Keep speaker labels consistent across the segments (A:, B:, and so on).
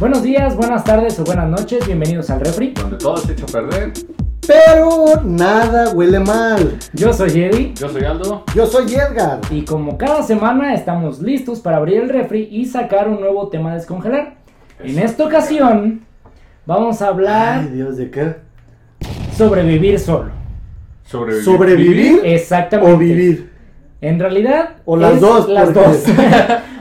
A: Buenos días, buenas tardes o buenas noches, bienvenidos al Refri.
B: donde todo se echa a perder.
C: Pero nada huele mal.
A: Yo soy Eddie
B: Yo soy Aldo.
C: Yo soy Edgar.
A: y como cada semana estamos listos para abrir el Refri y sacar un nuevo tema a descongelar. En esta ocasión vamos a
C: Ay,
A: hablar
C: Dios, ¿de qué?
A: sobrevivir solo.
B: Sobrevivir.
C: ¿Sobrevivir
A: Exactamente.
C: o vivir?
A: En realidad
C: O las
A: es
C: dos.
A: Las
C: porque
A: dos.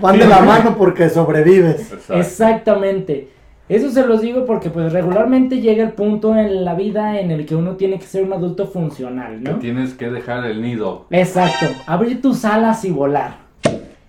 C: Van de la mano porque sobrevives.
B: Exacto.
A: Exactamente. Eso se los digo porque pues regularmente llega el punto en la vida en el que uno tiene que ser un adulto funcional,
B: Que
A: ¿no?
B: tienes que dejar el nido.
A: Exacto. Abrir tus alas y volar.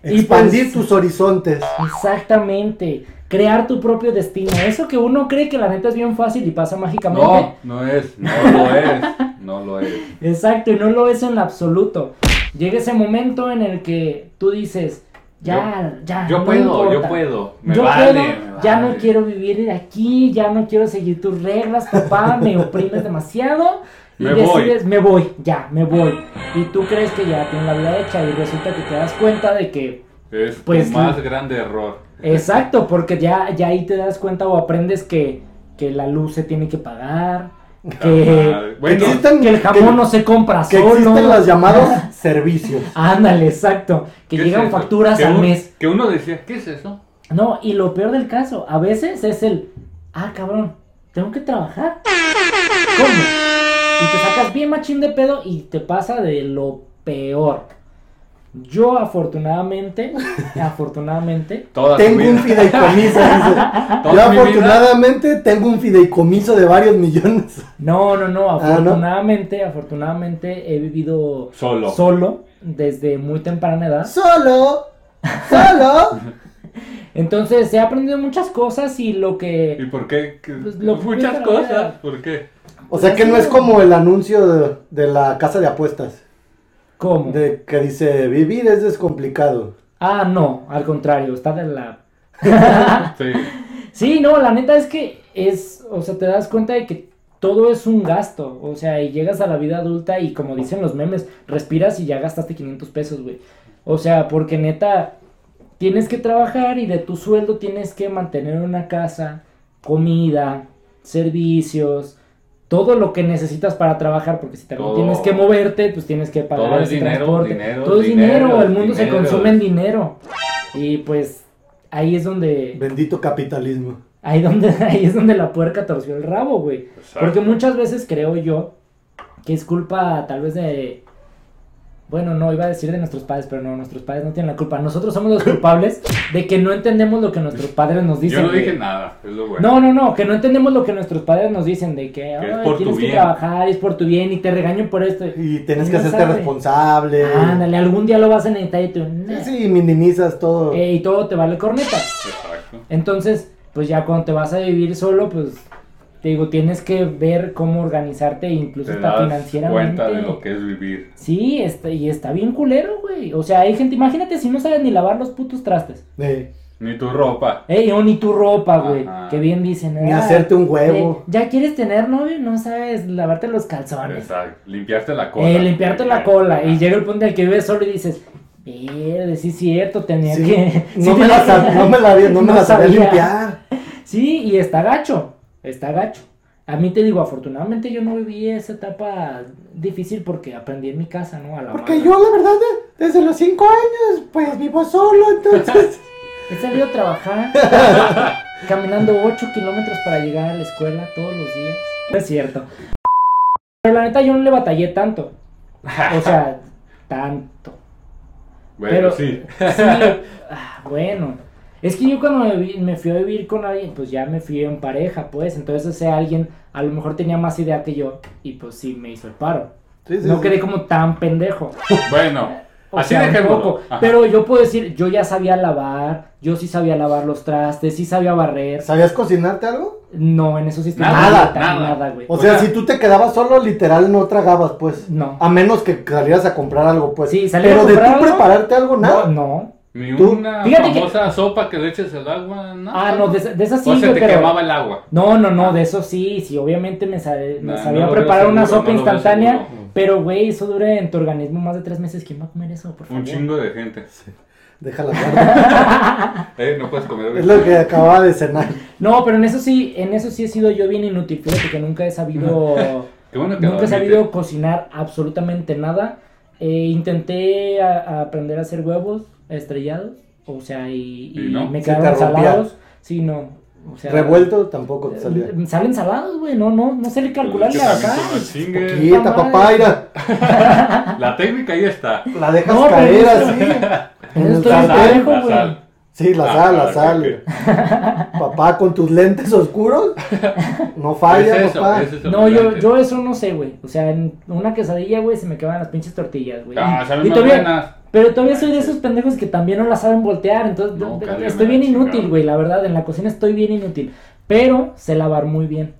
A: Y
C: Expandir
A: pues-
C: tus horizontes.
A: Exactamente. Crear tu propio destino. Eso que uno cree que la neta es bien fácil y pasa mágicamente.
B: No, no es, no lo es, no lo es.
A: Exacto, y no lo es en absoluto. Llega ese momento en el que tú dices, ya, ya.
B: Yo
A: Ah, no
B: puedo, yo
A: importa.
B: puedo. Me
A: yo
B: vale.
A: puedo,
B: me
A: ya no
B: vale.
A: quiero vivir aquí, ya no quiero seguir tus reglas, papá, me oprimes demasiado. Y
B: Me voy.
A: decides, me voy, ya, me voy. Y tú crees que ya tienes la vida hecha y resulta que te das cuenta de que
B: Es
A: Pues,
B: tu más grande error.
A: Exacto, porque ya, ya ahí te das cuenta o aprendes que, que la luz se tiene que pagar, que,
B: madre. Bueno,
A: que,
C: Existen-
A: que el jamón
C: Ah, que-
A: no se compra
C: Que
A: solo.
C: existen los llamados servicios.
A: Ándale, exacto, que
B: ¿Qué es
A: llegan
B: eso?
A: facturas
B: Que
A: al
B: un-
A: mes.
B: Que uno decía, ¿qué es eso?
A: No, y lo peor del caso, a veces es el, ah, cabrón, tengo que trabajar. ¿Cómo? Y te sacas bien machín de pedo y te pasa de lo peor. Yo afortunadamente, afortunadamente,
B: Toda tu
C: Tengo
B: vida.
C: un fideicomiso. dice.
B: Toda
C: Yo
B: mi vida.
C: afortunadamente tengo un fideicomiso de varios millones.
A: No, no, no,
C: Ah, ¿no?
A: afortunadamente, afortunadamente he vivido
B: Solo.
A: solo desde muy temprana edad.
C: Solo. Solo.
A: Entonces he aprendido muchas cosas y lo
B: ¿Y
A: que...
B: por qué? Que-
A: Pues, lo-
B: Muchas
A: la
B: cosas.
A: vida.
B: ¿Por qué?
C: O sea que no es como el anuncio de, de la casa de apuestas.
A: ¿Cómo?
C: De que dice, vivir es descomplicado.
A: Ah, no, al contrario, está de la...
B: Sí.
A: Sí, no, la neta es que es, o sea, te das cuenta de que todo es un gasto, o sea, y llegas a la vida adulta y como dicen los memes, respiras y ya gastaste 500 pesos, güey. O sea, porque neta, tienes que trabajar y de tu sueldo tienes que mantener una casa, comida, servicios, todo lo que necesitas para trabajar, porque si también
B: Todo.
A: tienes que moverte, pues tienes que pagar
B: Todo es
A: ese
B: dinero,
A: transporte.
B: dinero,
A: todo es dinero,
B: dinero,
A: el mundo se
B: dinero.
A: consume en dinero. Y pues ahí es donde...
C: Bendito capitalismo.
A: Ahí, donde, ahí es donde la puerca torció el rabo, güey.
B: Exacto.
A: Porque muchas veces creo yo que es culpa tal vez de... Bueno, no, iba a decir de nuestros padres, pero no, nuestros padres no tienen la culpa. Nosotros somos los culpables de que no entendemos lo que nuestros padres nos dicen.
B: Yo no dije
A: güey.
B: nada, es lo bueno.
A: No, no, no, que no entendemos lo que nuestros padres nos dicen, de que,
B: es
A: "Ay,
B: por tu
A: tienes que
B: bien".
A: trabajar, es por tu bien y te regaño por esto.
C: Y tienes
A: No
C: que hacerte
A: sabe.
C: responsable.
A: Ándale, algún día lo vas a necesitar y tú... "Nah".
C: Sí, minimizas todo.
A: Eh, y todo te vale corneta.
B: Exacto.
A: Entonces, pues ya cuando te vas a vivir solo, pues te digo, tienes que ver cómo organizarte, incluso
B: Te
A: hasta
B: das
A: Pues financieramente.
B: cuenta de lo que es vivir.
A: Sí, está, y está bien culero, güey. O sea, hay gente, imagínate si no sabes ni lavar los putos trastes.
C: Eh,
B: Ni tu ropa.
A: Ey, o ni tu ropa, güey.
B: Ajá.
A: Que bien dicen.
C: ni
A: "Ah,
C: hacerte un
A: eh,
C: huevo.
A: ya quieres tener novio, no sabes lavarte los calzones.
B: Exacto. Limpiarte la cola.
A: Eh, limpiarte la cola. Y llega el punto en el que vives solo y dices, verde, sí es cierto, tenía
C: Sí,
A: que... sí
C: No me
A: tenía
C: la
A: que-
C: sab- no me la vi- no me
A: No
C: la sabía
A: sabía.
C: limpiar.
A: Sí, y está gacho, está gacho. A mí te digo, afortunadamente yo no viví esa etapa difícil porque aprendí en mi casa, ¿no? A la
C: Porque
A: mala.
C: yo, la verdad, de- desde los 5 años, pues vivo solo, entonces.
A: He salido a trabajar caminando 8 kilómetros para llegar a la escuela todos los días. No es cierto. Pero la neta yo no le batallé tanto. O sea, tanto.
B: Bueno,
A: pero-
B: sí.
A: Sí, ah, bueno. Es que yo cuando me, vi- me fui a vivir con alguien, pues ya me fui en pareja, pues. Entonces ese alguien a lo mejor tenía más idea que yo y pues sí me hizo el paro.
C: Sí, sí,
A: no
C: sí.
A: quedé como tan pendejo.
B: Bueno,
A: O
B: así
A: sea, un
B: dejémoslo.
A: poco.
B: Ajá.
A: Pero yo puedo decir, yo ya sabía lavar, yo sí sabía lavar los trastes, sí sabía barrer.
C: ¿Sabías cocinarte algo?
A: No, en esos sistemas.
C: Nada,
B: nada.
A: güey.
C: O sea,
B: Ajá.
C: si tú te quedabas solo, literal no tragabas, pues.
A: No.
C: A menos que salieras a comprar algo, pues.
A: Sí, salí a
C: Pero de
A: comprar
C: tú
A: algo.
C: prepararte algo, nada.
A: No, no.
B: Ni
A: Tú-
B: una
A: fíjate que-
B: famosa sopa que le eches el agua, no.
A: Ah, no, de, esa- de esas sí,
B: O se
A: güey,
B: te
A: pero-
B: quemaba el agua.
A: No, no, no, de eso sí, sí, obviamente me, sa- me
B: Nah,
A: sabía
B: no lo veo
A: preparar una
B: seguro,
A: sopa
B: no lo veo
A: instantánea,
B: seguro.
A: pero güey, eso dura en tu organismo más de tres meses. ¿Quién va a comer eso, por favor?
B: Un chingo de gente.
C: Déjala guarda.
B: Eh, no puedes comer.
C: es lo que acababa de cenar.
A: No, pero en eso sí, en eso sí he sido yo bien inútil, fíjate que nunca he sabido,
B: Qué bueno que lo
A: nunca he
B: admites.
A: sabido cocinar absolutamente nada. Eh, intenté a- a aprender a hacer huevos estrellados, o sea, y, y
B: ¿Y no?
A: me
C: Se
A: quedaron
C: te rompía.
A: salados. Sí, no, o sea,
C: Revuelto tampoco te salió.
A: eh, Salen salados, güey, no, no, no sé calcular
B: Pues es que
A: la
B: también
A: sal.
B: tú no chingues.
C: Quieta,
A: puta
C: papá,
A: madre.
C: mira.
B: La técnica ahí está.
C: La dejas
A: No, pero
C: caer
A: eso-
C: así. En
A: Eso
C: el
A: estoy
B: La
C: sartén.
A: pendejo,
B: sal, la
A: güey.
B: sal.
C: Sí, la
B: Ah,
C: sal, la
B: ok,
C: sal. Papá, con tus lentes oscuros. No falla,
B: Es eso,
C: papá.
B: es eso,
A: No, yo,
B: adelante.
A: yo eso no sé, güey. O sea, en una quesadilla, güey, se me quedan las pinches tortillas, güey.
B: Ah,
A: Y-
B: saben
A: y
B: más
A: todavía-
B: buenas.
A: Pero todavía soy de esos pendejos que también no la saben voltear. Entonces,
B: No,
A: de- de-
B: cállame
A: estoy bien
B: la
A: inútil,
B: chingada.
A: güey. La verdad, en la cocina estoy bien inútil. Pero sé lavar muy bien.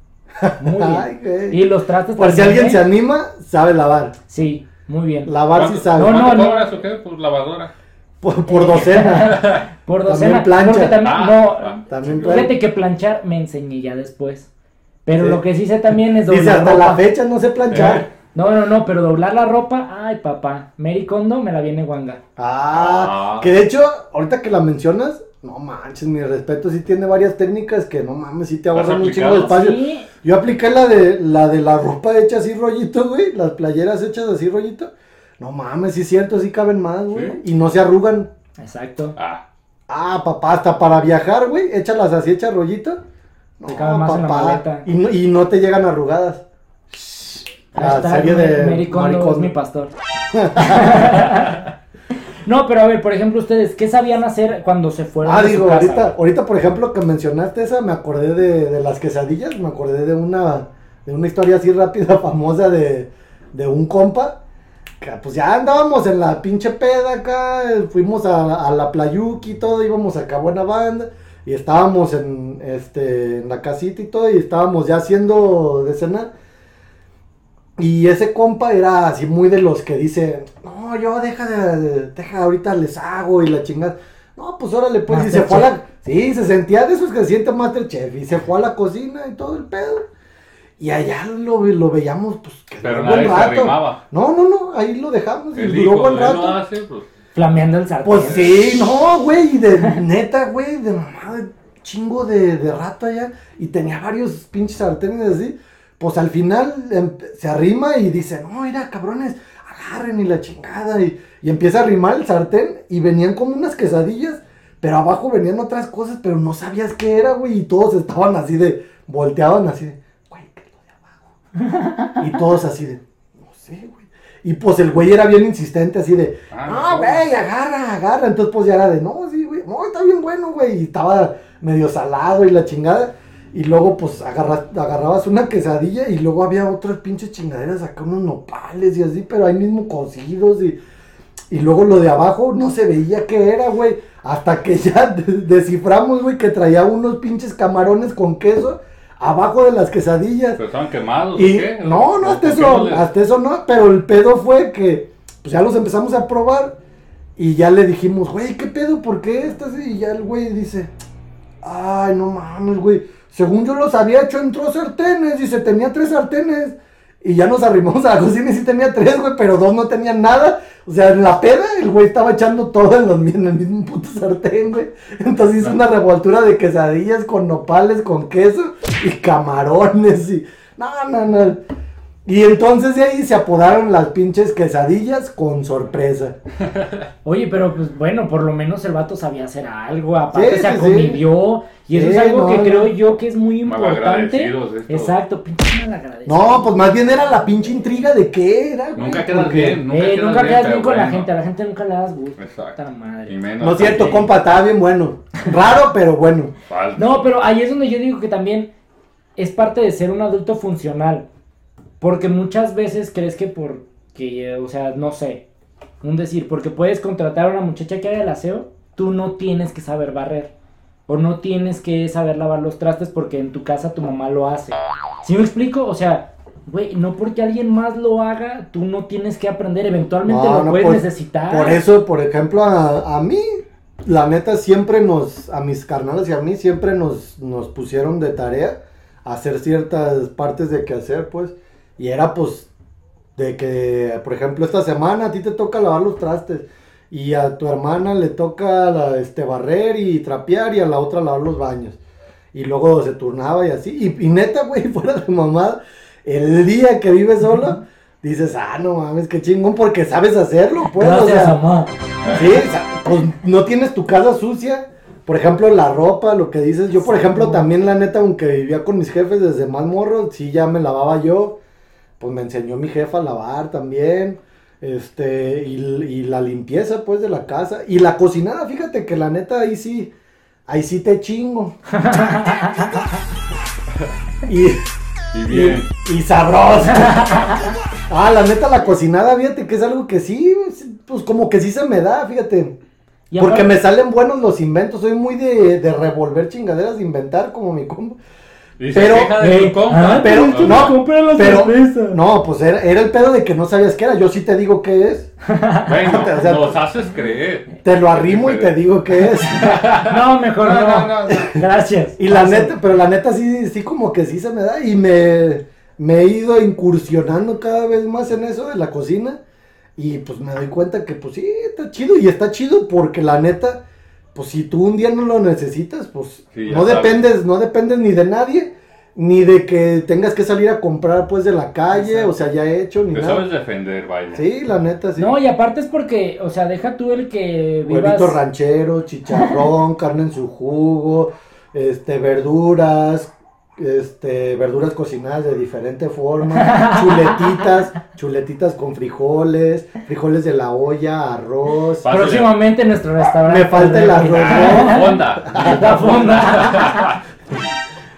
A: Muy
C: Ay,
A: bien.
C: güey.
A: Y los trastes
C: Por si
A: también,
C: alguien se
A: ¿eh?
C: anima, sabe lavar.
A: Sí, muy bien.
C: Lavar sí
B: ¿Cuánto-
C: sabe.
A: No, no.
B: ¿Cuánto cobras o qué? Por lavadora.
C: Por, por docena.
A: Por
C: También
A: docena.
C: plancha.
A: porque también-
B: Ah,
A: no,
B: ah,
C: También
B: sí,
A: fíjate que planchar me enseñé ya después. Pero
C: Sí.
A: lo que sí sé también es
C: Dice,
A: doblar
C: hasta la
A: ropa.
C: fecha no sé
B: Eh.
C: planchar.
A: No, no, no, pero doblar la ropa, ay papá, Mary Kondo me la viene guanga.
C: Ah,
B: Ah.
C: que de hecho, ahorita que la mencionas, no manches, mi respeto, sí tiene varias técnicas que no mames, sí te
B: ¿Las
C: ahorran un
B: aplicas?
C: chingo de espacio.
A: Sí,
C: Yo apliqué la de la de la ropa hecha así rollito, güey, las playeras hechas así rollito. No mames, sí es cierto, sí caben más, güey, y no se arrugan.
A: exacto.
B: Ah,
C: Ah, papá, hasta para viajar, güey, échalas así hechas rollito. No,
A: Te cabe más en la maleta.
C: y no, y no te llegan arrugadas. La
A: Hashtag
C: serie Ah, de
A: Mary Kondo
C: Mary
A: es
C: Kondo.
A: mi pastor. no, pero a ver, por ejemplo, ustedes, ¿qué sabían hacer cuando se fueron
C: Ah,
A: de su
C: digo,
A: casa?
C: ahorita, ahorita, por ejemplo, que mencionaste esa, me acordé de, de las quesadillas, me acordé de una, de una historia así rápida, famosa de, de un compa, que pues ya andábamos en la pinche peda acá, eh, fuimos a, a la playuki y todo, íbamos acá a buena banda, y estábamos en, este, en la casita y todo, y estábamos ya haciendo de cena, y ese compa era así muy de los que dicen, no, yo deja, de- deja ahorita les hago y la chingada. No, pues órale, pues, y se fue a la... Sí, se sentía de esos que se siente Masterchef, y se fue a la cocina y todo el pedo. Y allá lo, ve- lo veíamos, pues, que
B: pero
C: duró
B: nadie se arrimaba.
C: No, no, no, ahí lo dejamos y
B: El
C: duró
B: hijo,
C: buen
B: él lo
C: rato.
B: hace, pues.
A: Flameando el sartén.
C: Pues sí, no, güey, y de neta, güey, de mamá, de chingo de, de rato allá. Y tenía varios pinches sartenes así. Pues al final em, se arrima y dice, no, mira, cabrones, agarren y la chingada. Y, y empieza a arrimar el sartén y venían como unas quesadillas, pero abajo venían otras cosas, pero no sabías qué era, güey. Y todos estaban así de, volteaban así de, güey, ¿qué es lo de abajo? Y todos así de, no sé, güey. Y pues el güey era bien insistente, así de,
B: Ah,
C: no,
B: no.
C: güey, agarra, agarra. Entonces pues ya era de, no, sí, güey, no, está bien bueno, güey. Y estaba medio salado y la chingada. Y luego pues agarra- agarrabas una quesadilla y luego había otras pinches chingaderas acá, unos nopales y así, pero ahí mismo cocidos y... Y luego lo de abajo no se veía qué era, güey. Hasta que ya de- desciframos, güey, que traía unos pinches camarones con queso abajo de las quesadillas.
B: Pero estaban quemados.
C: Y
B: ¿o qué?
C: no, no,
B: ¿O por
C: hasta
B: qué
C: eso,
B: no les-
C: hasta eso no, pero el pedo fue que pues ya los empezamos a probar y ya le dijimos, güey, ¿qué pedo? ¿Por qué estás? así?" Y ya el güey dice, ay, no mames, güey, según yo los había hecho en tres sartenes, dice, tenía tres sartenes. Y ya nos arrimamos a la cocina y sí tenía tres, güey, pero dos no tenían nada. O sea, en la peda el güey estaba echando todo en, los, mi- en el mismo puto sartén, güey. Entonces hizo una revoltura de quesadillas con nopales, con queso y camarones y... No, no, no. Y entonces de ahí se apodaron las pinches quesadillas con sorpresa.
A: Oye, pero pues bueno, por lo menos el vato sabía hacer algo, aparte
C: Sí,
A: se
C: sí, sí.
A: convivió, y eso
C: Sí,
A: es algo
C: no,
A: que
C: no.
A: creo yo que es muy importante.
B: Malagradecidos estos.
A: Exacto, pinche malagradecido.
C: No, pues más bien era la pinche intriga de qué era, güey.
B: Nunca quedas
C: porque-
B: bien, nunca,
A: Eh,
B: quedas,
A: nunca quedas bien
B: pero
A: con la
B: bueno.
A: gente, a la gente nunca le das gusto.
B: Exacto.
A: Puta madre.
B: Y menos
C: No es cierto,
B: así.
C: compa, estaba bien bueno. Raro, pero bueno.
B: Falso.
A: No, pero ahí es donde yo digo que también es parte de ser un adulto funcional. Porque muchas veces crees que por que, eh, o sea, no sé, un decir, porque puedes contratar a una muchacha que haga el aseo, tú no tienes que saber barrer. O no tienes que saber lavar los trastes porque en tu casa tu mamá lo hace. ¿Sí me explico? O sea, güey, no porque alguien más lo haga, tú no tienes que aprender. Eventualmente
C: No,
A: lo
C: no,
A: puedes
C: por-
A: necesitar.
C: Por eso, por ejemplo, a, a mí, la neta siempre nos, a mis carnales y a mí, siempre nos, nos pusieron de tarea hacer ciertas partes de que hacer, pues. Y era pues de que, por ejemplo, esta semana a ti te toca lavar los trastes y a tu hermana le toca la- este, barrer y trapear y a la otra lavar los baños. Y luego se turnaba y así. Y, y neta, güey, fuera de mamada, el día que vives solo, dices, ah, no mames, qué chingón, porque sabes hacerlo, pues. o
A: Gracias,
C: sea,
A: mamá.
C: Sí, o sea, pues no tienes tu casa sucia. Por ejemplo, la ropa, lo que dices. Yo, por ejemplo, también la neta, aunque vivía con mis jefes desde más morro, sí ya me lavaba yo. Pues me enseñó mi jefa a lavar también. Este, y, y la limpieza, pues, de la casa. Y la cocinada, fíjate que la neta ahí sí, ahí sí te chingo. y,
B: Y bien.
C: y, y sabroso. ah, la neta, la cocinada, fíjate que es algo que sí, pues como que sí se me da, fíjate.
A: Y
C: Porque
A: aparte-
C: me salen buenos los inventos. Soy muy de, de revolver chingaderas, de inventar como mi combo.
B: Y se
C: Pero-
B: queja de
A: Eh,
B: tu compa.
A: ah,
C: pero-
A: tú
C: no,
A: me compras las
C: pero-
A: cervezas.
C: No, pues era, era el pedo de que no sabías qué era. Yo sí te digo qué es.
B: Bueno,
C: o sea,
B: nos haces creer.
C: Te lo arrimo y te digo qué es.
A: No, mejor no.
B: No, no, no, no.
A: Gracias.
C: Y
B: Ah,
C: la
A: Paso.
C: neta, pero la neta sí, sí como que sí se me da. Y me, me he ido incursionando cada vez más en eso de la cocina. Y pues me doy cuenta que pues sí, está chido. Y está chido porque la neta, pues si tú un día no lo necesitas, pues
B: Sí, ya
C: no
B: sabes.
C: dependes, no dependes ni de nadie, ni de que tengas que salir a comprar pues de la calle,
A: Exacto.
C: o sea, ya hecho, ni
B: Te
C: nada.
B: sabes defender, vaya.
C: Sí, la neta, sí.
A: No, y aparte es porque, o sea, deja tú el que vivas.
C: Huevito ranchero, chicharrón, carne en su jugo, este, verduras, este, verduras cocinadas de diferente forma, chuletitas, chuletitas con frijoles, frijoles de la olla, arroz.
B: Pa-
A: Próximamente en nuestro restaurante.
C: Me falta el arroz.
B: Ah, onda.
A: La fonda.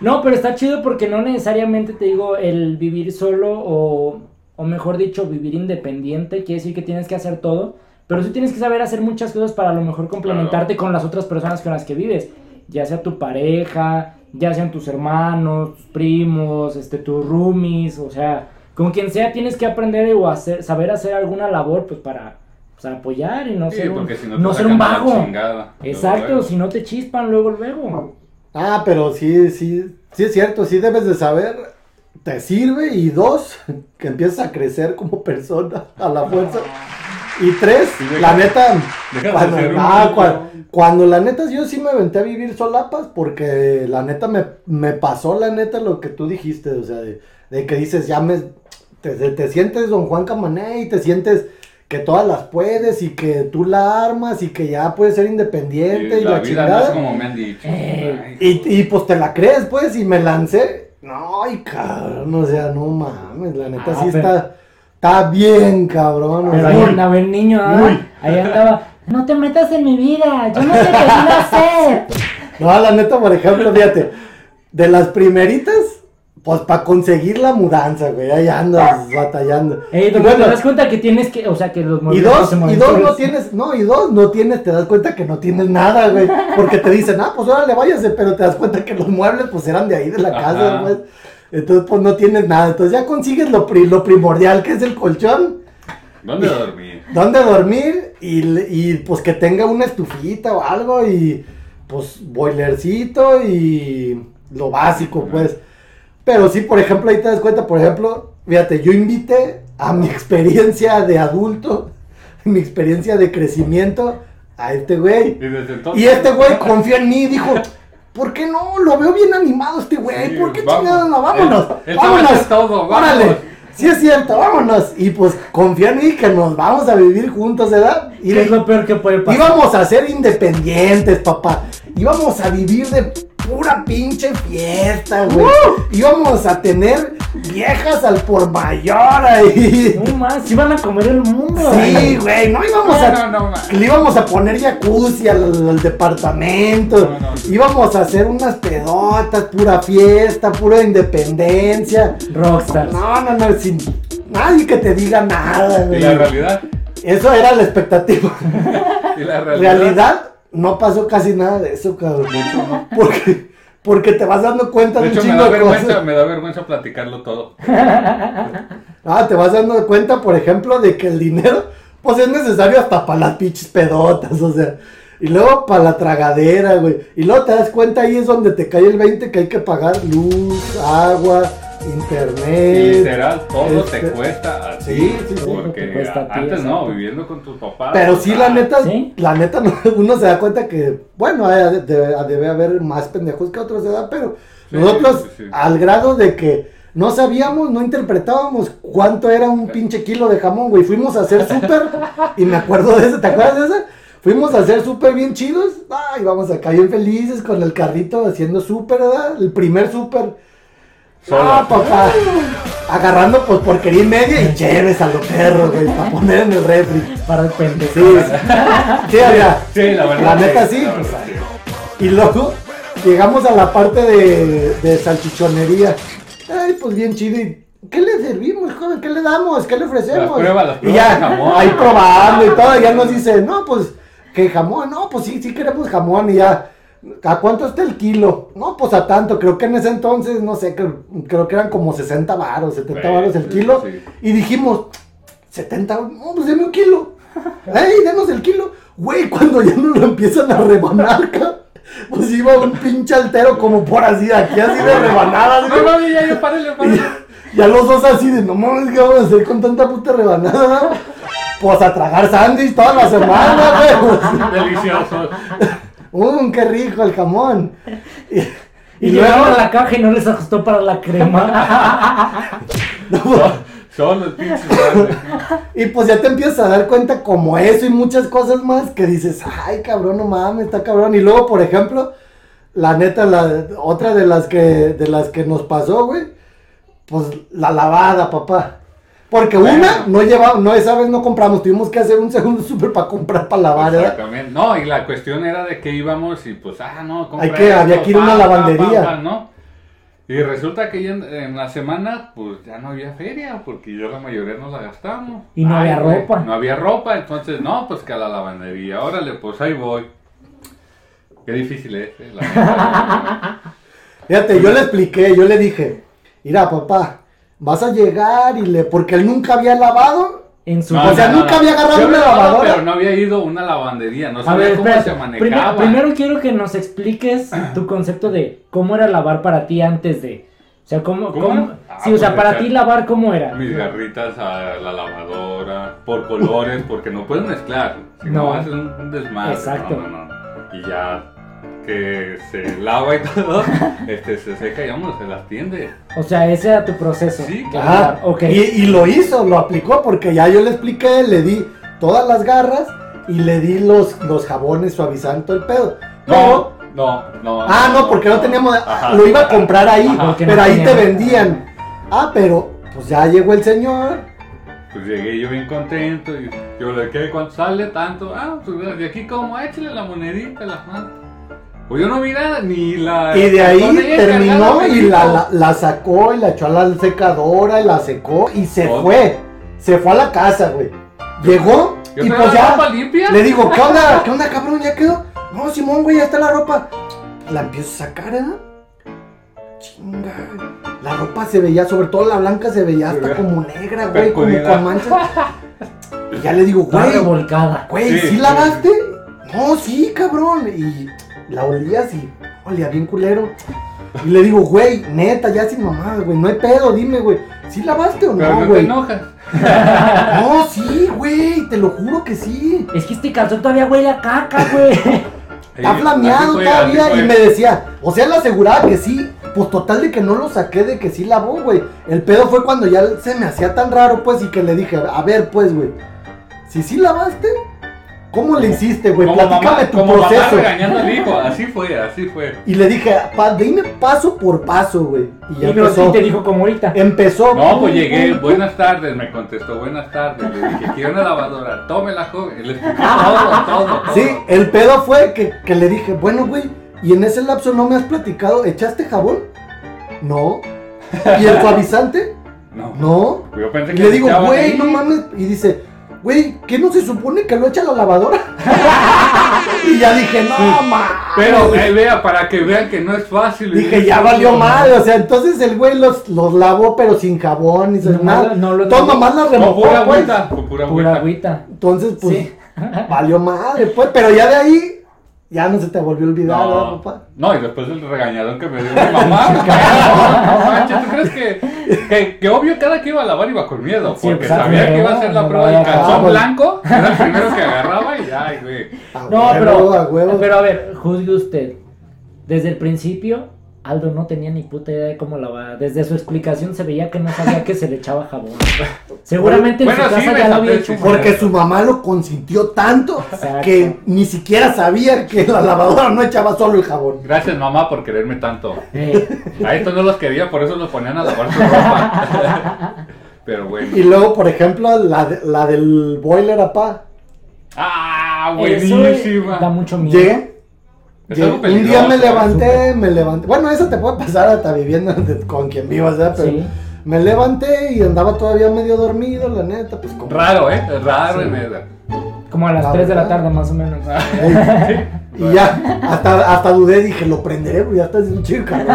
A: No, pero está chido porque no necesariamente te digo el vivir solo o, o mejor dicho, vivir independiente, quiere decir que tienes que hacer todo, pero sí tienes que saber hacer muchas cosas para a lo mejor complementarte con las otras personas con las que vives, ya sea tu pareja, ya sean tus hermanos, tus primos, este, tus roomies, o sea, con quien sea tienes que aprender o hacer, saber hacer alguna labor pues para pues, apoyar y no
B: Sí,
A: ser un,
B: porque si no,
A: no
B: te
A: ser un
B: sacan la
A: vago.
B: chingada.
A: Exacto,
B: Luego,
A: si no te chispan luego, luego.
C: Ah, pero sí, sí, sí es cierto, sí debes de saber, te sirve y dos, que empiezas a crecer como persona a la fuerza. Y tres,
B: Sí, deja-
C: la neta,
B: deja de
C: cuando,
B: ser un
C: ah,
B: niño.
C: cua- cuando la neta yo sí me aventé a vivir solapas porque la neta me, me pasó la neta lo que tú dijiste, o sea, de, de que dices, ya me, te, te- te sientes don Juan Camané y te sientes que todas las puedes y que tú la armas y que ya puedes ser independiente y,
B: y la
C: la
B: vida
C: chingada.
B: no es como me han dicho.
A: Eh,
B: Ay,
C: Y, y, pues te la crees, pues, y me lancé. No, ay, cabrón, o sea, no mames, la neta
A: Ah,
C: sí
A: pero-
C: está, está bien, cabrón. o
A: Pero
C: sea,
A: ahí
C: muy-
A: andaba el niño, ¿ah? ahí andaba. No te metas en mi vida, yo no te pedí hacer.
C: No, la neta, por ejemplo, fíjate, de las primeritas, pues para conseguir la mudanza, güey, ahí andas batallando.
A: Ey,
C: y,
A: doctor,
C: bueno,
A: te das cuenta que tienes que, o sea, que los
C: y
A: movimientos
C: dos,
A: se
C: y
A: mueven
C: dos no
A: solos.
C: tienes, no, y dos no tienes, te das cuenta que no tienes nada, güey, porque te dicen, ah, pues órale, váyase, pero te das cuenta que los muebles, pues eran de ahí, de la casa,
B: Ajá.
C: pues, entonces, pues no tienes nada, entonces ya consigues lo, pri- lo primordial que es el colchón,
B: ¿Dónde dormí?
C: dónde dormir y, le- y, pues que tenga una estufita o algo y pues boilercito y lo básico pues. Pero sí, por ejemplo, ahí te das cuenta, por ejemplo, fíjate, yo invité a mi experiencia de adulto, mi experiencia de crecimiento a este güey.
B: Y desde entonces.
C: Y este güey confió en mí y dijo, ¿por qué no? Lo veo bien animado este güey,
B: Sí,
C: ¿por qué
B: vamos.
C: chingados no? Vámonos,
B: Él- él sabe
C: vámonos,
B: hacer todo, vamos.
C: órale, sí es cierto, vámonos. Y pues confía en mí que nos vamos a vivir juntos, ¿verdad? Y
A: ¿Qué es lo peor que puede pasar?
C: íbamos a ser independientes, papá, íbamos a vivir de pura pinche fiesta, güey. Íbamos a tener viejas al por mayor ahí.
A: No más, iban a comer el mundo.
C: Sí, güey, no íbamos a...
B: No, no, no, man.
C: Le íbamos a poner jacuzzi al, al departamento.
B: No, no.
C: Íbamos a hacer unas pedotas, pura fiesta, pura independencia.
A: Rockstar.
C: No, no, no, sin nadie que te diga nada,
B: Y
C: güey.
B: la realidad.
C: Eso era la expectativa.
B: Y la
C: En
B: realidad.
C: realidad, no pasó casi nada de eso, cabrón.
B: De hecho, no.
C: Porque, porque te vas dando cuenta
B: De
C: de,
B: hecho,
C: un
B: me
C: chingo
B: da
C: de
B: vergüenza,
C: cosas.
B: me da vergüenza platicarlo todo.
C: Ah, te vas dando cuenta, por ejemplo, de que el dinero, pues es necesario hasta para las pinches pedotas, o sea. Y luego para la tragadera, güey. Y luego te das cuenta ahí es donde te cae el 20 que hay que pagar luz, agua, internet.
B: Literal, todo
C: este-
B: te cuesta así.
C: Sí, sí, sí,
A: lo
B: porque
A: que cuesta a ti,
B: antes no,
A: exacto.
B: viviendo con tus papás.
C: Pero sí, la
B: ah,
C: neta,
A: ¿sí?
C: la neta, no- uno se da cuenta que, bueno, eh, de- de- debe haber más pendejos que otros de edad, pero
B: Sí,
C: nosotros
B: sí, sí.
C: al grado de que no sabíamos, no interpretábamos cuánto era un pinche kilo de jamón, güey. Fuimos a hacer súper, y me acuerdo de eso, ¿te acuerdas de eso? Fuimos a hacer súper bien chidos, ay, vamos acá bien felices con el carrito haciendo súper, ¿verdad? El primer súper.
B: Solo.
C: Ah, papá. Agarrando pues porquería y media y lleves a los perros, güey, para poner en el refri.
A: Para el pendejo.
C: Sí, sí, había.
B: Sí, la verdad.
C: La neta sí,
B: la
C: pues,
B: verdad, sí.
C: Y luego llegamos a la parte de, de salchichonería. Ay, pues bien chido. ¿Y ¿Qué le servimos, joven? ¿Qué le damos? ¿Qué le ofrecemos?
B: Las pruebas, las
C: y
B: pruebas
C: ya,
B: de jamón.
C: ahí probando y todo. Ya nos dice, no, pues, que jamón. No, pues sí, sí queremos jamón. Y ya, ¿a cuánto está el kilo? No, pues a tanto. Creo que en ese entonces, no sé, creo, creo que eran como 60 varos, 70
B: Sí,
C: varos el
B: sí,
C: kilo.
B: sí.
C: Y dijimos, 70, no, pues deme un kilo. ¡Ey, denos el kilo! Güey, cuando ya no lo empiezan a rebanar, ca- pues iba un pinche altero como por así, aquí así de rebanadas,
B: No
C: güey.
B: mami, ya, ya, párale,
C: Y
B: párale.
C: ya- ya los dos así de, no mames, ¿qué vamos a hacer con tanta puta rebanada? Pues a tragar sándwich toda la semana, güey. Pues,
B: Delicioso.
C: ¡Um, qué rico el jamón! Y,
A: Y llegaron a la caja y no les ajustó para la crema.
B: Son- Son los pinches grandes.
C: Y pues ya te empiezas a dar cuenta como eso y muchas cosas más que dices, ay cabrón, no mames, está cabrón. Y luego, por ejemplo, la neta, la, otra de las que de las que nos pasó, güey, pues la lavada, papá. Porque
B: Bueno.
C: una no llevaba, no, esa vez no compramos, tuvimos que hacer un segundo súper para comprar para lavar, ¿verdad?
B: Exactamente. No, y la cuestión era de que íbamos y pues, ah, no, compra
C: Hay que-
B: esto,
C: había que ir a
B: pa,
C: una
B: pa,
C: lavandería.
B: pa, pa, ¿no? Y resulta que ya en, en la semana, pues ya no había feria, porque yo la mayoría nos la gastamos.
A: Y no había
B: güey,
A: ropa.
B: No había ropa, entonces, no, pues que a la lavandería. Órale, pues ahí voy. Qué difícil es, eh, la neta.
C: Fíjate, yo le expliqué, yo le dije, mira, papá, vas a llegar y le, porque él nunca había lavado.
A: En su
C: No, o sea,
A: casa.
C: nunca había agarrado
B: Yo
C: una
B: había lavado,
C: lavadora.
B: Pero no había ido a una lavandería, no
A: A
B: sabía
A: ver,
B: cómo
A: espérate.
B: se
A: Primero,
B: manejaba.
A: primero quiero que nos expliques tu concepto de cómo era lavar para ti antes de. O sea, cómo.
B: ¿Cómo?
A: cómo-
B: Ah,
A: sí, o sea,
B: pues,
A: para
B: echar-
A: ti lavar, ¿cómo era?
B: mis garritas a la lavadora, por colores, porque no puedes mezclar. Si
A: No.
B: no, haces un, un desmadre.
A: Exacto.
B: No, no, no. Y ya que se lava y todo, este, se seca y vámonos, se las tiende.
A: O sea, ese era tu proceso.
B: Sí,
A: de
C: Ajá,
A: lavar. Ok.
C: y, y lo hizo, lo aplicó porque ya yo le expliqué, le di todas las garras y le di los, los jabones suavizando el pedo. Pero-
B: No, no, no.
C: ah, no, porque no teníamos,
B: Ajá.
C: lo iba a comprar ahí,
A: Ajá. Porque no
C: pero ahí te
A: teníamos.
C: vendían. Ah, pero pues ya llegó el señor.
B: Pues llegué yo bien contento y yo le dije, ¿cuánto sale tanto? Ah, pues de aquí como, échale la monedita, las manos. Pues yo no vi nada, ni la...
C: Y de
B: con
C: ahí
B: ella
C: terminó
B: cargada,
C: y la,
B: bendito.
C: la- la sacó y la echó a la secadora y la secó y se
B: Otra.
C: fue. Se fue a la casa, güey. Llegó
B: Yo
C: y
B: traía
C: pues
B: la
C: ya
B: ropa limpia.
C: Le digo, ¿qué onda? ¿Qué onda, cabrón? ¿Ya quedó? No, Simón, güey, ya está la ropa. La empiezo a sacar, ¿eh? Chinga. La ropa se veía, sobre todo la blanca se veía hasta como negra, güey, como
B: Percudida.
C: con manchas. Y ya le digo,
A: Toda
C: güey,
A: revolcada.
C: güey,
B: Sí,
C: ¿sí
B: sí,
C: lavaste? No, sí, cabrón. Y la olías y olía bien culero. Y le digo, güey, neta, ya sin mamada, güey, no hay pedo, dime, güey, ¿sí lavaste o
B: Pero
C: no,
B: no te
C: güey?
B: enojas.
C: no, sí, güey, te lo juro que sí.
A: Es que este calzón todavía huele a caca, güey.
C: Está
B: Sí,
C: flameado
B: así fue, así
C: todavía
B: fue.
C: y me decía, o sea, él aseguraba que sí, pues total de que no lo saqué de que sí lavó, güey. El pedo fue cuando ya se me hacía tan raro, pues, y que le dije, a ver, pues, güey, si sí lavaste, ¿cómo le hiciste, güey?
B: Como mamá-
C: Platícame tu
B: como mamá
C: proceso.
B: regañando al hijo, así fue, así fue.
C: Y le dije, pa- dime paso por paso, güey. Y ya
A: Y no, sí
C: empezó.
A: te dijo como ahorita.
C: Empezó.
B: No, pues
C: pum,
B: llegué,
C: pum,
B: buenas tardes, me contestó, buenas tardes. Le dije, quiero una lavadora, tómela, joven. Le expliqué todo, todo, todo.
C: Sí, el pedo fue que, que le dije, bueno, güey, y en ese lapso no me has platicado, ¿echaste jabón? No. ¿Y el suavizante?
B: No.
C: No.
B: Yo pensé
C: Y
B: que
C: le digo,
B: echaban
C: güey,
B: ahí.
C: no mames. Y dice, güey, ¿qué no se supone que lo echa la lavadora? y ya dije, no mames.
B: Pero eh, vea, para que vean que no es fácil.
C: Dije, ya valió mal. O sea, entonces el güey los, los lavó, pero sin jabón y sin
A: No,
C: nada.
A: no lo
C: Todo
A: lavó.
C: nomás las
B: Con
C: remojó,
B: pura
C: pues.
B: agüita, con
A: Pura
B: pura agüita.
A: agüita.
C: Entonces, pues,
A: Sí.
C: valió madre, pues. Pero ya de ahí Ya no se te volvió a olvidar, ¿verdad,
B: No,
C: papá?
B: no, y después del regañadón que me dio mi mamá. me cagó, no manches, ¿Tú crees que, que, que obvio cada que iba a lavar iba con miedo?
A: Sí,
B: Porque
A: pues,
B: sabía
A: ah,
B: que iba a hacer la
A: no,
B: prueba
A: no,
B: del
A: no,
B: calzón
C: no.
B: blanco. Era el primero que agarraba y ya, güey.
C: A
A: No,
C: huevo, a
A: pero,
C: huevo.
A: pero a ver, juzgue usted. Desde el principio, Aldo no tenía ni puta idea de cómo lavar. Desde su explicación se veía que no sabía que se le echaba jabón. Seguramente
B: Bueno,
A: en su
B: sí,
A: casa
B: me
A: ya lo había
B: tapé,
A: hecho.
B: sí, sí.
A: güey.
C: Porque su mamá lo consintió tanto
A: Exacto.
C: que ni siquiera sabía que la lavadora no echaba solo el jabón.
B: Gracias, mamá, por quererme tanto.
A: Eh,
B: A estos no los quería, por eso los ponían a lavar su ropa. Pero bueno.
C: Y luego, por ejemplo, la, de- la del boiler, papá.
B: ¡Ah,
A: eso da
B: buenísima!
A: mucho miedo.
C: Llegué.
B: Es
C: llegué-
B: algo
C: un día me
A: ¿eh?
B: peligroso,
C: levanté, me levanté. Bueno, eso te puede pasar hasta viviendo de- con quien vivas, ¿verdad? Pero
A: Sí.
C: me levanté y andaba todavía medio dormido, la neta. Pues como.
B: Raro, ¿eh? Raro en edad.
A: Como a las
C: La
A: 3 de la
C: verdad.
A: tarde más o menos.
C: Ey, y ya, hasta, hasta dudé, dije, lo prenderé, güey, ya estás un chico, cabrón.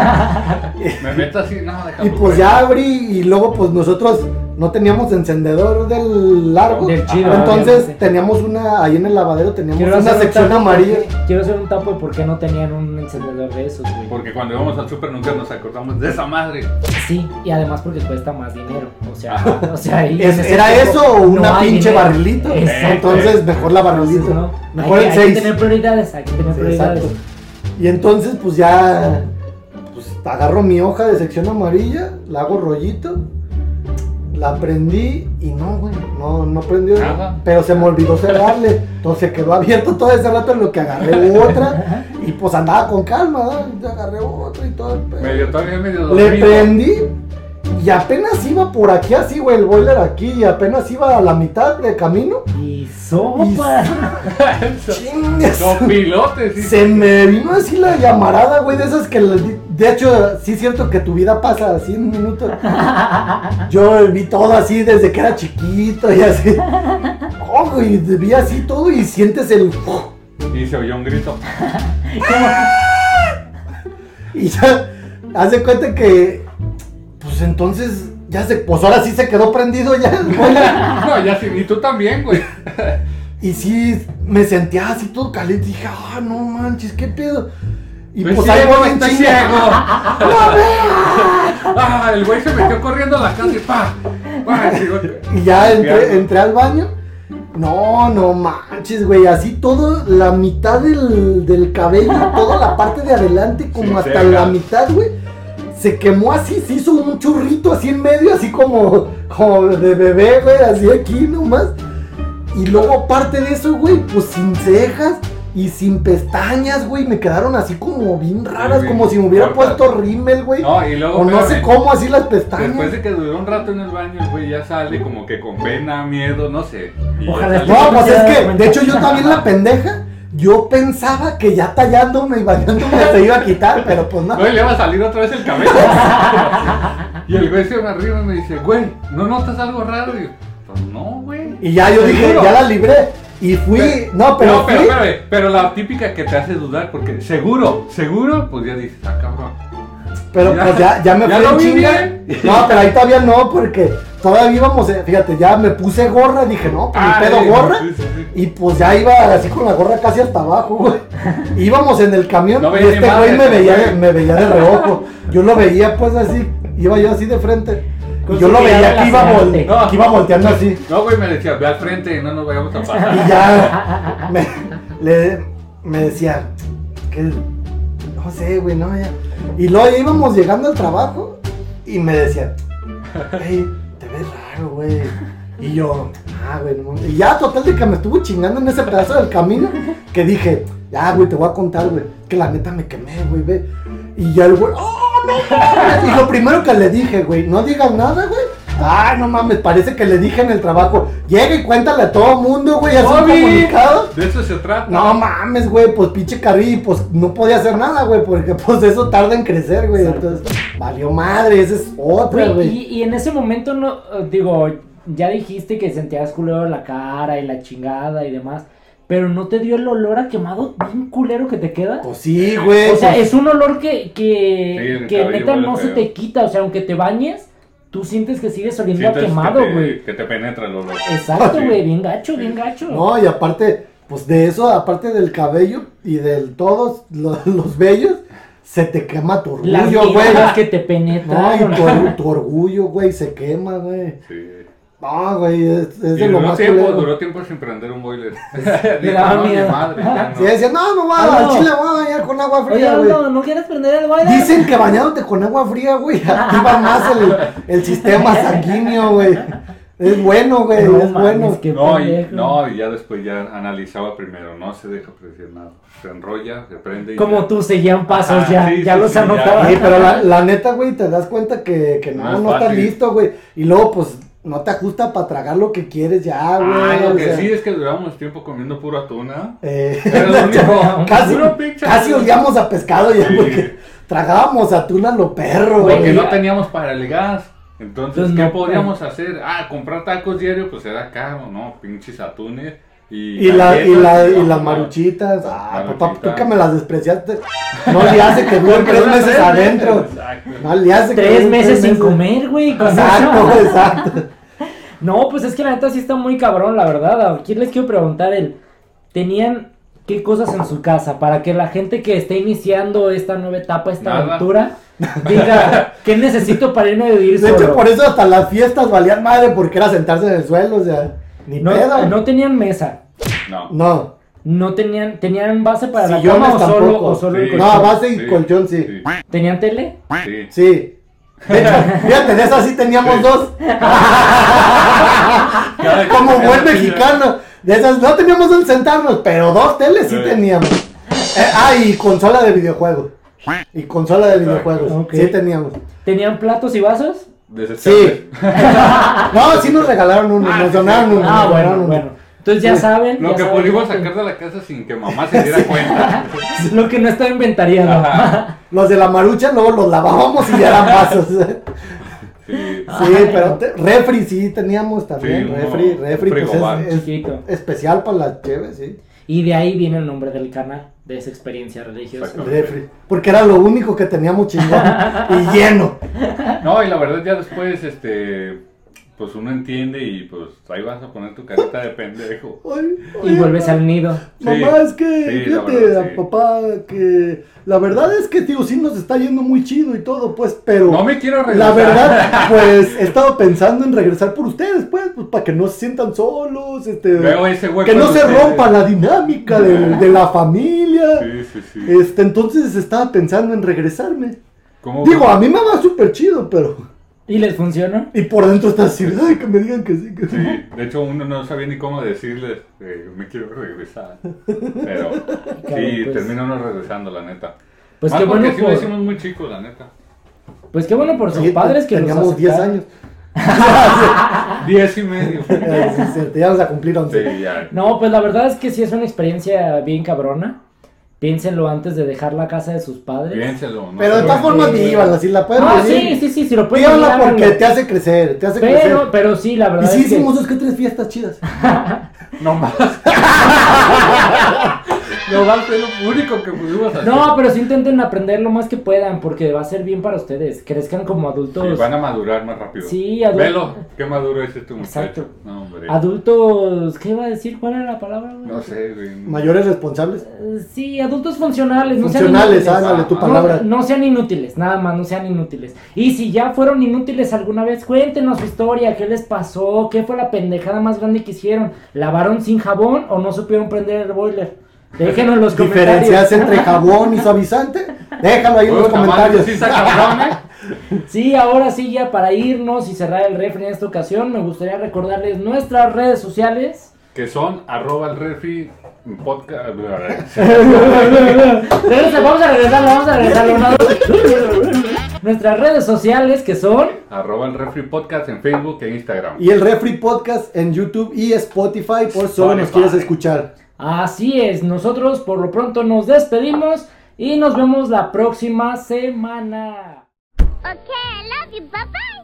B: Me meto así, no, déjame.
C: Y pues ya abrí y luego pues nosotros no teníamos encendedor del largo.
A: Del chido,
C: entonces
A: obviamente.
C: teníamos una, ahí en el lavadero teníamos
A: Quiero
C: una
A: hacer un
C: sección
A: tapo
C: amarilla.
A: porque- quiero hacer un tapo de por qué no tenían un encendedor de esos, güey.
B: Porque cuando íbamos al super nunca nos acordamos de esa madre.
A: Sí, y además porque cuesta más dinero. O sea,
B: Ajá.
A: o sea ahí
C: Es-
A: en ese
C: ¿Era
A: tiempo
C: eso o
A: no
C: una
A: hay
C: pinche
A: dinero.
C: barrilito?
A: Exacto.
C: Entonces mejor la barrilita.
A: Entonces, no.
C: Mejor
A: hay,
C: el
A: que- hay que
C: 6.
A: tener prioridades, hay que tener
C: Sí,
A: prioridades.
C: exacto. Y entonces pues ya pues, agarro mi hoja de sección amarilla, la hago rollito, la prendí y no, güey, no, no prendió.
B: Nada.
C: Pero se me olvidó cerrarle. Entonces se quedó abierto todo ese rato en lo que agarré otra y pues andaba con calma, ¿no? Yo agarré otra y todo. el pedo.
B: Medio todavía medio
C: Le
B: dormido.
C: prendí y apenas iba por aquí así, güey, el boiler aquí y apenas iba a la mitad de camino.
A: Y sopa.
C: Chingas.
B: Son pilotes, sí.
C: Se me vino así la llamarada, güey, de esas que le di- de hecho sí es cierto que tu vida pasa así en un minuto. Yo vi todo así desde que era chiquito y así. Oh, güey, vi así todo y sientes el ¡oh!
B: Y se oyó un grito.
C: y ya hace cuenta que pues entonces ya se pues ahora sí se quedó prendido ya. güey.
B: No, ya sí, y tú también, güey.
C: Y sí me sentía así todo caliente, dije, "Ah, no manches, qué pedo." Y pues,
B: Pues
C: ahí
B: ciego,
C: voy en
B: está
C: chinga.
B: ciego. Ah, el güey se metió corriendo a la casa y pa. pa y digo,
C: Y ya entré,
B: Confiando.
C: entré al baño. No, no manches, güey. Así todo, la mitad del, del cabello, toda la parte de adelante, como
B: Sí,
C: hasta
B: cerca.
C: la mitad, güey. Se quemó así, se hizo un churrito así en medio, así como, como de bebé, güey, así aquí nomás. Y luego, aparte de eso, güey, pues sin cejas y sin pestañas, güey, me quedaron así como bien raras,
B: güey,
C: como si me hubiera
B: cortas.
C: puesto rímel, güey.
B: No, y luego.
C: o no
B: espérame,
C: sé cómo, así las pestañas.
B: Después de que duró un rato en el baño, el güey ya sale como que con pena, miedo, no sé. Y ya
A: Ojalá
B: sale.
C: No, pues es que,
A: Cuenta.
C: de hecho, yo también la pendeja. Yo pensaba que ya tallándome y bañándome se iba a quitar, pero pues no.
B: Güey, le va a salir otra vez el cabello. y el güey se me arriba y me dice, güey, ¿no notas algo raro? Y yo, pues no, güey.
C: Y ya yo dije,
B: Seguro.
C: ya la libré. Y fui, no, pero,
B: no, pero,
C: fui-
B: espérame, pero la típica que te hace dudar, porque seguro, seguro, pues ya dices, ah, cabrón.
C: pero
B: ya-
C: pues ya, ya me
B: ya
C: fui
B: lo
C: en
B: vi
C: chinga.
B: bien.
C: No, pero ahí todavía no, porque todavía íbamos, eh, fíjate, ya me puse gorra, dije, no, pues mi
B: Ah,
C: pedo
B: sí,
C: gorra.
B: sí, sí, sí.
C: Y pues ya iba así con la gorra casi hasta abajo, güey. Íbamos en el camión
B: No
C: y
B: veía ni
C: este
B: madre,
C: güey me
B: este
C: veía,
B: güey.
C: me veía de reojo. Yo lo veía pues así, iba yo así de frente.
A: Con
C: Y yo
A: su
C: lo
A: mirada
C: veía que iba,
A: lacerante.
C: vol- que iba volteando así.
B: No, güey, me decía, ve al frente y no nos vayamos a pasar.
C: Y ya me, le- me decía que no sé, güey, no, ya. Y luego ya íbamos llegando al trabajo y me decía, hey, te ves raro, güey. Y yo, ah, güey, no mames". Y ya, total, de que me estuvo chingando en ese pedazo del camino que dije, ya, güey, te voy a contar, güey, que la neta me quemé, güey, ve. Y ya el güey, oh, no mames". Y lo primero que le dije, güey, no digas nada, güey. Ay, no mames, parece que le dije en el trabajo, llega y cuéntale a todo mundo, güey, haz un
B: Obi,
C: comunicado.
B: De eso se trata.
C: No mames, güey, pues pinche carril, pues no podía hacer nada, güey, porque pues eso tarda en crecer, güey.
A: Exacto.
C: Entonces, valió madre, esa es otra,
A: Güey,
C: güey.
A: y, y en ese momento no, eh, digo, ya dijiste que sentías culero la cara y la chingada y demás, pero no te dio el olor a quemado bien culero que te queda.
C: Pues sí, güey.
A: O sea,
C: pues,
A: es un olor que,
B: Sí,
A: que,
B: el
A: que
B: cabello
A: neta
B: huele
A: no se
B: feo.
A: te quita, o sea, aunque te bañes, tú sientes que sigues oliendo a
B: Sientes
A: quemado,
B: que te-
A: güey.
B: Que te penetra el olor.
A: Exacto,
B: Sí.
A: güey, bien gacho, bien gacho.
C: No, y aparte, Pues de eso, aparte del cabello y del todos lo- los vellos, se te quema tu
A: Las
C: orgullo, güey.
A: miradas que te
C: No,
A: penetran.
C: y tu, or- tu orgullo, güey, se quema, güey.
B: Sí.
C: No, güey, es, es
B: Y
C: de lo
B: duró
C: más
B: tiempo,
C: culero.
B: duró tiempo sin prender un boiler.
A: Me daba
B: no, ni
A: miedo.
B: madre, ya no.
C: Sí, decía, no, no,
A: Ah,
C: al
A: no.
C: chile voy a bañar con agua
A: Oye,
C: fría, güey.
A: Aldo, ¿no quieres prender el baile?
C: Dicen que bañándote con agua fría, güey, activa más el, el sistema sanguíneo, güey. Es bueno, güey,
A: No
C: es
A: mames,
C: bueno.
A: qué
B: No, y,
A: pendejo.
B: no, y ya después ya analizaba primero, no se deja presionar, se enrolla, se prende. y
A: Como
B: ya.
A: tú seguían pasos
B: Ajá,
A: ya,
B: sí,
A: ya
B: sí,
A: los
B: sí,
A: anotaba.
B: ya.
C: Sí, pero la, la neta, güey, te das cuenta que, que no,
B: No es
C: no estás
B: fácil.
C: listo, güey. Y luego, pues, no te ajusta para tragar lo que quieres ya, güey.
B: Ah, lo
C: o
B: que
C: sea,
B: sí es que durábamos tiempo comiendo puro atún, ¿ah?
C: eh,
B: Era lo único.
C: casi,
B: Puro pinche
C: casi
B: atún.
C: olíamos a pescado ya,
B: Sí.
C: porque tragábamos atún a lo perro,
B: Porque
C: güey.
B: no teníamos para el gas. Entonces,
A: Entonces,
B: ¿qué
A: no,
B: podíamos hacer? Ah, comprar tacos diario, pues era caro, ¿no? Pinches atunes. Y,
C: Y, la, y, la,
B: galletas,
C: y las
B: ¿no?
C: maruchitas, ah,
B: Maruchita.
C: papá, tú que me las despreciaste. No le hace que duren
B: Porque
C: tres
B: duran
C: meses
B: tres
C: adentro.
B: Exacto.
C: No le hace que
A: Tres
C: duren
A: meses sin comer, güey. con
C: Exacto,
A: eso.
C: exacto.
A: No, pues es que la neta sí está muy cabrón, la verdad. Aquí les quiero preguntar el. ¿Tenían qué cosas en su casa? Para que la gente que esté iniciando esta nueva etapa, esta
B: Nada.
A: aventura, diga qué necesito para irme a vivir
C: De hecho,
A: solo.
C: por eso hasta las fiestas valían madre porque era sentarse en el suelo, o sea, ni
A: no,
C: pedo. No,
A: no tenían mesa.
B: No.
C: no.
A: No tenían, tenían base para la
C: Sillones
A: cama o solo,
C: tampoco.
A: o solo el
B: Sí.
A: colchón?
C: a base y
B: Sí.
C: colchón, sí.
B: Sí.
A: ¿Tenían tele?
B: sí.
C: Sí. De hecho, fíjate, de esas sí teníamos
B: Sí.
C: dos.
B: Cada quien
C: Como
B: tenía
C: buen
B: su silla.
C: mexicano. De esas no teníamos donde sentarnos, pero dos teles sí
B: Sí.
C: teníamos. Eh, ah, y consola de videojuegos. Y consola de videojuegos.
A: Ok.
C: Sí teníamos.
A: ¿Tenían platos y vasos?
B: Desechable.
C: No, sí nos regalaron uno,
B: Ah,
C: nos
B: sí,
C: donaron
B: sí.
C: uno.
A: Ah,
C: nos
A: bueno,
C: donaron
A: bueno. Entonces ya
C: Sí.
A: saben.
B: Lo
A: ya
B: que
A: saben
B: pudimos
A: que-
B: sacar de la casa sin que mamá se diera cuenta.
A: Lo que no está inventariado.
B: Ajá.
C: uno. Los de la marucha luego los lavábamos y ya eran vasos.
B: Sí.
C: Sí, pero te- refri sí teníamos también.
B: Sí, uno-
C: refri, refri,
B: un frigobar
C: pues es, es
A: chiquito.
C: especial para las cheves, sí.
A: Y de ahí viene el nombre del canal, de esa experiencia religiosa.
B: Exacto.
C: Refri. Porque era lo único que teníamos chingón y lleno.
B: No, y la verdad ya después, este, pues uno entiende y pues ahí vas a poner tu carita de pendejo.
C: Ay,
A: Y
C: ay,
A: vuelves al nido.
C: Mamá,
B: Sí,
C: es que,
B: sí, la
C: fíjate,
B: verdad, sí.
C: papá, que la verdad es que, tío, sí nos está yendo muy chido y todo, pues, pero...
B: No me quiero regresar.
C: La verdad, pues he estado pensando en regresar por ustedes, pues, pues para que no se sientan solos, este,
B: Veo ese hueco
C: que no
B: en
C: se
B: ustedes.
C: rompa la dinámica de, de la familia.
B: Sí, sí, sí.
C: Este, entonces estaba pensando en regresarme.
B: ¿Cómo
C: Digo,
B: ves?
C: a mí me va súper chido, pero.
A: ¿Y les funcionó?
C: Y por dentro está así, ay, que me digan que sí, que sí.
B: Sí, de hecho uno no sabía ni cómo decirles, eh, me quiero regresar. Pero sí,
A: pues.
B: termina uno regresando, la neta.
A: Pues
B: Más
A: qué
B: porque
A: bueno
B: Ah, sí lo
A: por,
B: hicimos muy chicos, la neta.
A: pues qué bueno por sus
C: Sí,
A: padres que los
C: Teníamos 10
A: aceptaron.
C: años. Ah.
B: Diez y medio.
C: Eh, sí, sí, ya vamos a cumplir 11.
B: Sí, ya.
A: No, pues la verdad es que sí es una experiencia bien cabrona. Piénsenlo antes de dejar la casa de sus padres.
B: Piénselo, ¿no?
C: Pero de todas
A: Porque-
C: formas, vívanla, si la pueden
A: Ah,
C: vivir,
A: sí, sí, sí, si lo pueden
C: vívanla
A: vivir,
C: porque
A: háganlo.
C: te hace crecer, te hace crecer.
A: pero, pero sí, la
C: Y
A: verdad
C: sí
A: es que-
C: hicimos dos que tres fiestas chidas.
B: No más. no más fue lo único que pudimos hacer.
A: No, pero sí intenten aprender lo más que puedan porque va a ser bien para ustedes. Crezcan como adultos.
B: Sí, van a madurar más rápido.
A: Sí, adu-
B: Velo, qué maduro es este muchacho.
A: Exacto.
B: No, hombre.
A: Adultos, ¿qué iba a decir? ¿Cuál era la palabra? güey?
B: No sé, güey.
C: Mayores responsables.
A: Eh, Sí, adultos funcionales, no
C: Funcionales,
A: sean inútiles.
C: ándale tu
B: No,
C: palabra.
A: No, no sean inútiles, nada más, no sean inútiles. Y si ya fueron inútiles alguna vez, cuéntenos su historia, qué les pasó, qué fue la pendejada más grande que hicieron. ¿Lavaron sin jabón o no supieron prender el boiler? Déjenos en los comentarios.
C: Diferencias entre jabón y suavizante. Déjalo ahí en los
B: Puta madre,
C: comentarios.
B: Sí, está cabrón, ¿eh?
A: Sí, ahora sí, ya para irnos y cerrar el refri en esta ocasión, me gustaría recordarles nuestras redes sociales.
B: Que son arroba el refi podcast.
A: Regresa, vamos a regresarlo, vamos a regresarlo. una, dos. Nuestras redes sociales que son...
B: arroba el refri podcast en Facebook e Instagram.
C: Y el Refri Podcast en YouTube y Spotify por si solo nos
B: Spotify.
C: quieres escuchar.
A: Así es, nosotros por lo pronto nos despedimos y nos vemos la próxima semana.
D: Okay, I love you. Bye bye.